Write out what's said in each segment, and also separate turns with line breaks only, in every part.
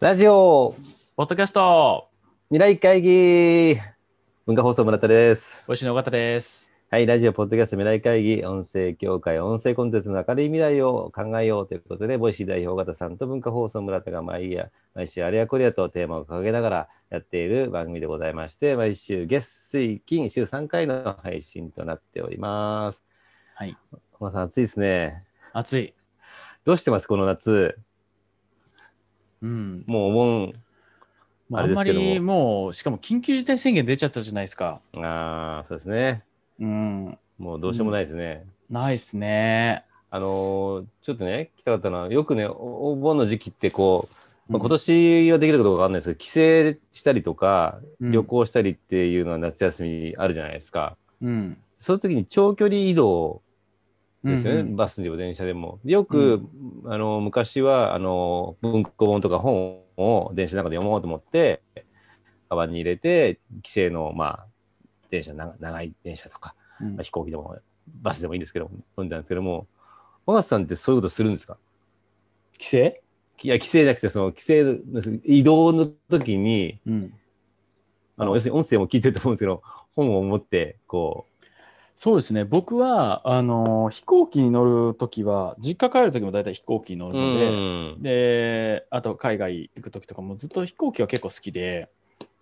ラジオ
ポッドキャスト、
未来会議文化放送村田です。
おいしいの尾形です。
はい、ラジオ、ポッドキャスト、未来会議、音声協会、音声コンテンツの明るい未来を考えようということで、ボイシー代表方さんと文化放送村田が毎夜、毎週あれやこれやとテーマを掲げながらやっている番組でございまして、毎週月、水、金、週3回の配信となっております。
はい。
小野さん、暑いですね。
暑い。
どうしてますこの夏。
うん。
もうお盆。
まあ、
あ
あ
れです
んま
けども
りもう、しかも緊急事態宣言出ちゃったじゃないですか。
ああ、そうですね。
うん。
もうどうしようもないですね。
ないっすね。
あのーちょっとね、聞きたかったのは、よくね、おお盆の時期ってこう、まあ、今
年
年はできるかどうかわかんないですけど、帰省したりとか、旅。行したりっていうのは夏休みあるじゃないですか。
うん。
その時に長距離移動
うん
ですよね、
うん
バスでも電車でも。よく、あの昔はあの文庫本とか本を電車の中で読もうと思って、カバンに入れて、帰省の、まあ、電車、長長い電車とか、
うん
まあ飛行機でも、バスでもいいんですけど、飲んだんですけども、小松さんってそういうことするんですか
帰省
いや、帰省じゃなくて、その帰省の移動の時に、
うん。
あの、要するに音声も聞いてると思うんですけど、 本を持って、こ
そうですね。僕は、あのー飛行機に乗るときは、実家帰るときも大体飛行機に乗
う、
るので、で、あと海外行くときとかもずっと飛行機は結構好きで、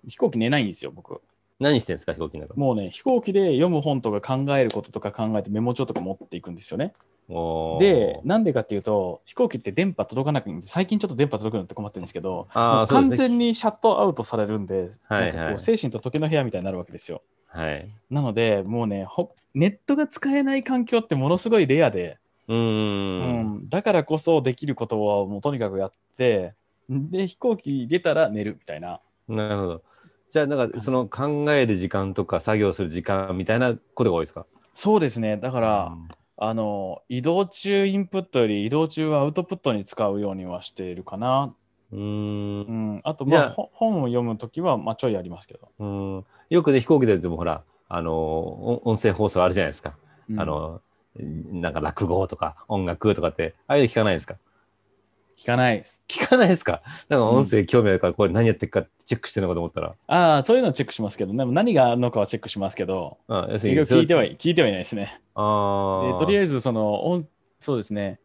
飛行機寝ないんですよ、僕。
何してんですか、飛行機の中。
もうね、飛行機で読む本とか考えることとか考えてメモ帳とか持っていくんですよね。
おー
で、、なんでかっていうと、飛行機って電波届かなくて、最近ちょっと電波届くのって困ってるんですけど、も
あ
う
あ、そう
完
ですね。
全にシャットアウトされるんで、
はいはい
なんかこう精神と時の部屋みたいになるわけですよ。
はい。
なので、もうね、ほネットが使えない環境ってものすごいレアで、
う
うん
ーん。
だからこそできることはもうとにかくやって、で、飛行機出たら寝るみたいな。
なるほど。じゃあ、なんか、その考える時間とか、作業する時間みたいなことが多いですか
そうですね、だか
あ
ら、あの移動中インプットより移動中はアウトプットに使うようにはしているかな。
うー。
うんん、あと、
じ
ま
ゃ
あ、
あ
ほ本を読むときは、まあ、ちょいありますけど。
うんよくね、飛行機でもほら、あのー、お音声放送あるじゃないですか。
うん
あの、なんか落語とか音楽とかって、ああいうの聞かないですか
聞かないです。
聞かないですかなんか音声興味あるから、これ何やってるかチェックしてるのかと思ったら、
ああ、そういうのはチェックしますけど、でも何があるのかはチェックしますけど、
あ要するに
聞いて
は
はい聞いてはいないですね。で
あ
とりあ
え
えず、その、音そうですね。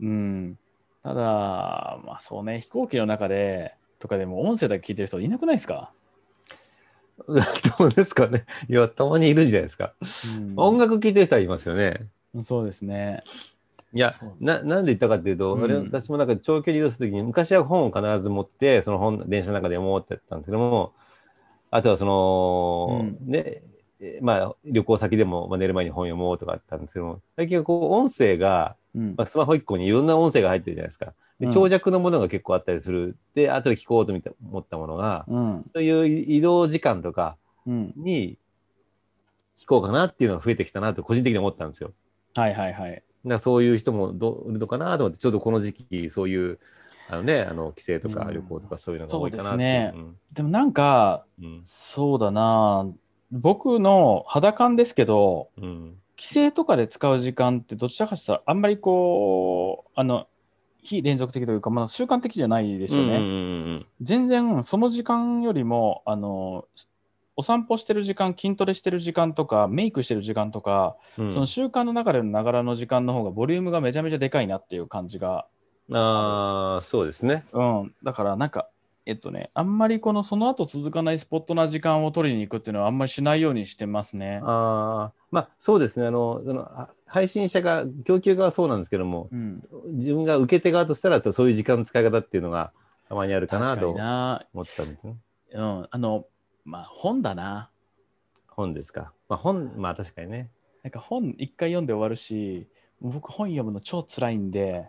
うん。ただ、まあそうね、飛行機の中で、とかでも音声だけ聞いてる人いなくないですか、
ず。 どうですかねいや、たまにいるんじゃないですか。
うん
音楽聴いてる人はいますよね。
そうですね。
いや
そう、
ななんで言ったかっていうと、
うん
俺私もなんか長距離移動するときに、昔は本を必ず持って、その本、電車の中で読もうってやったんですけども、あとはその、
う
ね、えまあ、旅行先でも、まあ、寝る前に本読もうとかあったんですけども、最近はこう、音声が、
うん
まあ、スマホ1個にいろんな音声が入ってるじゃないですか。で
うん
長尺のものが結構あったりする。で、後で聞こうと見た思ったものが、
うん。
そういう移動時間とか
うん。
に聞こうかなっていうのが増えてきたなと個人的に思ったんですよ。
はいはいはい。
だからそういう人もどいるのかなと思って、ちょうどこの時期、そういう、あのね、あの帰省とか
うん
旅行とかそういうのが多いかなっていう。
そでもなんか、
うん
そうだな僕の肌感ですけど
うんうん
帰省とかで使う時間ってどちらかとしたらあんまりこうあの非連続的というか、まあ、習慣的じゃないですよね、
うんうんうん
全然その時間よりもあのお散歩してる時間筋トレしてる時間とかメイクしてる時間とか、
うんうん
その習慣の中でのながらの時間の方がボリュームがめちゃめちゃでかいなっていう感じが
ああ、そうですね。
うん、だからなんか、えっとね、あんまりこのその後続かないスポットな時間を取りに行くっていうのはあんまりしないようにしてますね。
ああ、まあそうですね。あの、そのあ配信者が、供給側はそうなんですけども、
うん、
自分が受け手側としたらとそういう時間の使い方っていうのがたまにあるかな
確か
と
にな。
思ったんですね。
うん、あの、まあ本だな。
本ですか。まあ本、まあ確かにね。
なんか本一回読んで終わるし、もう僕本読むの超辛いん で、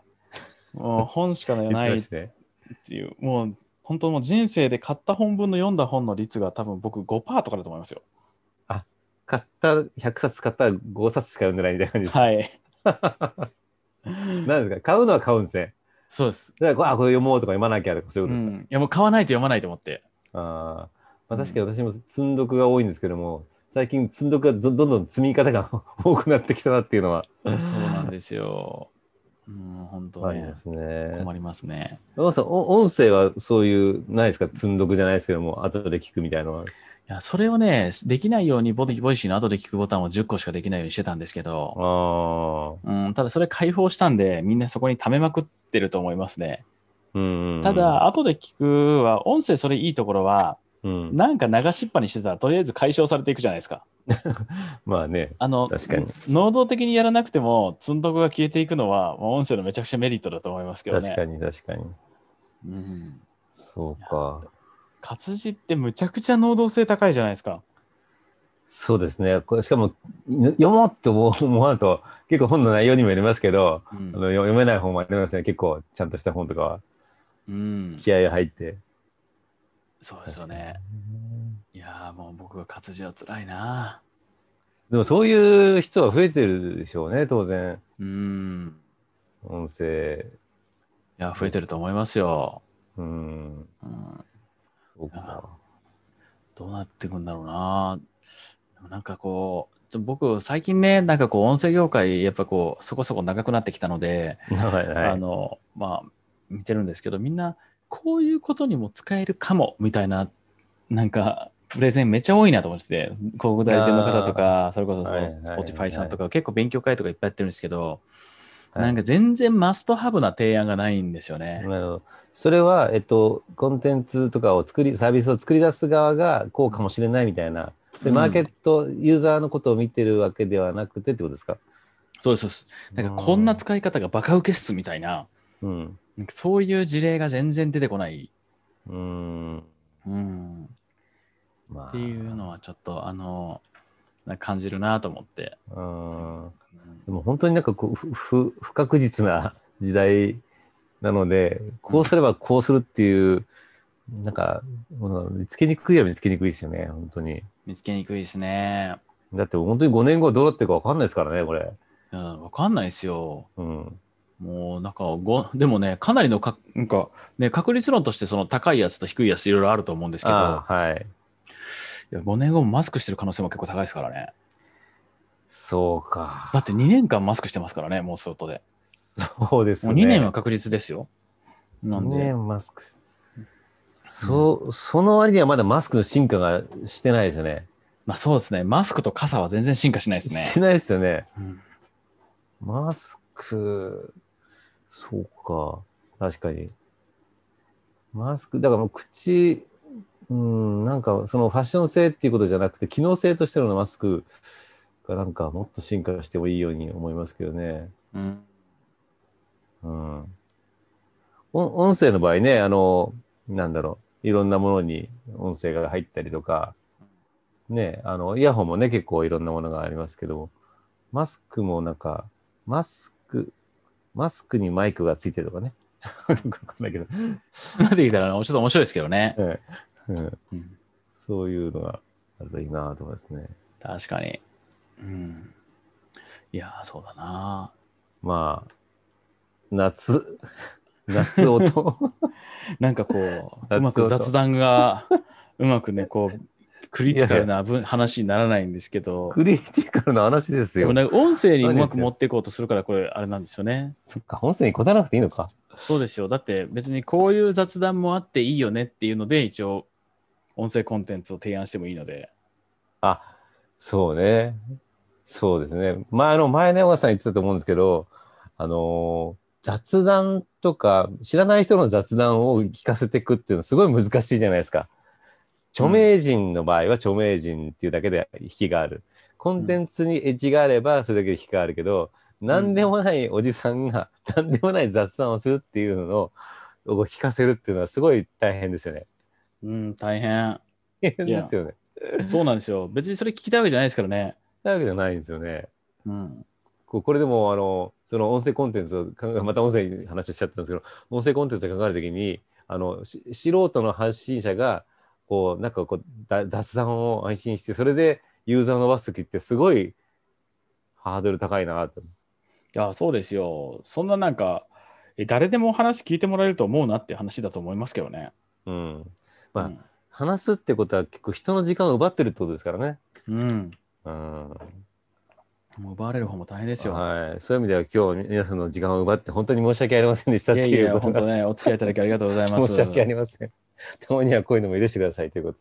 もう本しか
言
な
って
い
ま
っ
したね。
ていう、もう本当もう人生で買った本分の読んだ本の率が多分僕5%とかだと思いますよ。
買った、100冊買ったら5冊しか読んでないみたいな感じです。
はい。
なんですか買うのは買うんですね。
そうです。
だからこう、あ、これ読もうとか読まなきゃとかそういううことですか。
ん、いやもう買わないと読まないと思って。
あーまあ確かに私も積んどくが多いんですけども、最近積ん どくがどどんどん積み方が多くなってきたなっていうのは
そうなんですよ。うん、本当
あり
ね
ま、すね。
困りますね。
山本さん、お音声はそういう、ないですか、積んどくじゃないですけども、後で聞くみたいなのは。
いや、それをね、できないようにボディ、ボイシーの後で聞くボタンを10個しかできないようにしてたんですけど、
ああ。
うん、ただそれ解放したんで、みんなそこに溜めまくってると思いますね。
うん、
た、だ、後で聞くは、音声それいいところは、
うん、
なんか流しっぱにしてたら、とりあえず解消されていくじゃないですか。
まあね、
あの、
確かに
能動的にやらなくても、積んどくが消えていくのは、まあ音声のめちゃくちゃメリットだと思いますけどね。
確かに確かに。
うん、
そうか。
活字ってむちゃくちゃ能動性高いじゃないですか。
そうですね。これしかも、読もうって思う思わんと、結構本の内容にもよりますけど、あ
う
の
ん。
読読めない本もありますね。結構、ちゃんとした本とかは、
うん、
気合が入って。
そうですよね。いやーもう僕が活字は辛いな。
でも、そういう人は増えてるでしょうね、当然。
うん。
音声。
いや、増えてると思いますよ。
うん。
うん、
そうか。
どうなってくんだろうな。でもなんかこう、ちょ僕、最近ね、なんかこう、音声業界、やっぱこう、そこそこ長くなってきたので、
はいはい。
あの、まあ、見てるんですけど、みんな、こういうことにも使えるかも、みたいな、なんか、プレゼンめっちゃ多いなと思ってて、広告代理店の方とか、それこそそ
はい
の
はいはい
Spotify さんとか、結構勉強会とかいっぱいやってるんですけど、
はい
なんか全然マストハブな提案がないんですよね。
なるほど。それは、えっと、コンテンツとかを作り、サービスを作り出す側がこうかもしれないみたいな。で、
うん
マーケット、ユーザーのことを見てるわけではなくてってことですか
そうです、そうです。なんかこんな使い方がバカウケっすみたいな、
うん。
なんかそういう事例が全然出てこない。
うーん。
うん、
まあ。
っていうのはちょっと、あの、なんか感じるなと思って。
うん。でも本当になんかこう、ふ、ふ不確実な時代なので、こうすればこうするっていう、なんか、うん見つけにくいは見つけにくいですよね、本当に。
見つけにくいですね。
だって本当に5年後どうなってるかわかんないですからね、これ。
うん、わかんないですよ。
うん。
もうなんかご、でもね、かなりのか、なんか、ね、確率論としてその高いやつと低いやついろいろあると思うんですけど、
ああ、はい。
いや5年後もマスクしてる可能性も結構高いですからね。
そうか。
だって2年間マスクしてますからね、もう外で。
そうです
もう
ね。
2年は確実ですよ。なん
2
で、
年マスクし。そう、その割にはまだマスクの進化がしてないですよね。
まあそうですね、マスクと傘は全然進化しないですね。
しないですよね。
うん
マスク、そうか。確かに。マスク、だからもう口、うん、なんかそのファッション性っていうことじゃなくて、機能性としてのマスクがなんかもっと進化してもいいように思いますけどね。
うん
うん。音音声の場合ね、あの、なんだろう、いろんなものに音声が入ったりとか、ね、あの、イヤホンもね、結構いろんなものがありますけど、マスクもなんか、マスク、マスクにマイクがついてるとかね。 よくわかんないけど、
なってきたら、ちょっと面白いですけどね。
ええうん
うん
そういうのがあるといいなと思いますね。
確かに。うん、いやー、そうだな。
まあ、夏、 夏音。
なんかこう、
雑
うまく
音と
雑談が、うまくね、こう、クリティカルな分話にならないんですけど、
クリティカルな話です
で
よ
も。なんか音声にうまく持っていこうとするから、これ、あれなんですよね。
そっか、本線に答えなくていいのか。
そうですよ。だって別にこういう雑談もあっていいよねっていうので、一応、音声コンテンツを提案してもいいので。
あ、そうね。そうですね。まあ、あの、前の山さん言ってたと思うんですけど、あのー雑談とか、知らない人の雑談を聞かせていくっていうのすごい難しいじゃないですか。著名人の場合は著名人っていうだけで引きがある。コンテンツにエッジがあればそれだけで引きがあるけど、何でもないおじさんが 何でもない雑談をするっていうのをを聞かせるっていうのはすごい大変ですよね。
うん、大変。
大変ですよね。
そうなんですよ。別にそれ聞きたいわけじゃないですからね。
なわけじゃないんですよね。
うん。
こうこれでもあのその音声コンテンツを考え また音声の話しちゃったんですけど音声コンテンツを考えるときにあのし素人の発信者がこうなんかこうだ雑談を配信してそれでユーザーを伸ばすときってすごいハードル高いなと。
いや、そうですよ。そんななんか、え誰でも話聞いてもらえると思うなって話だと思いますけどね。
うん、まあ
うん
話すってことは結構人の時間を奪ってるってことですからね。
うん。
うん、
もう奪われる方も大変ですよ。
はい、そういう意味では今日皆さんの時間を奪って本当に申し訳ありませんでしたって
いやい
いう
や、
こと
本
が
当ね、お付き合いいただきありがとうございます。
申し訳ありません。たまにはこう いうのも許してくださいということ。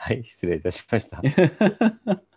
はい、失礼いたしました。
ません。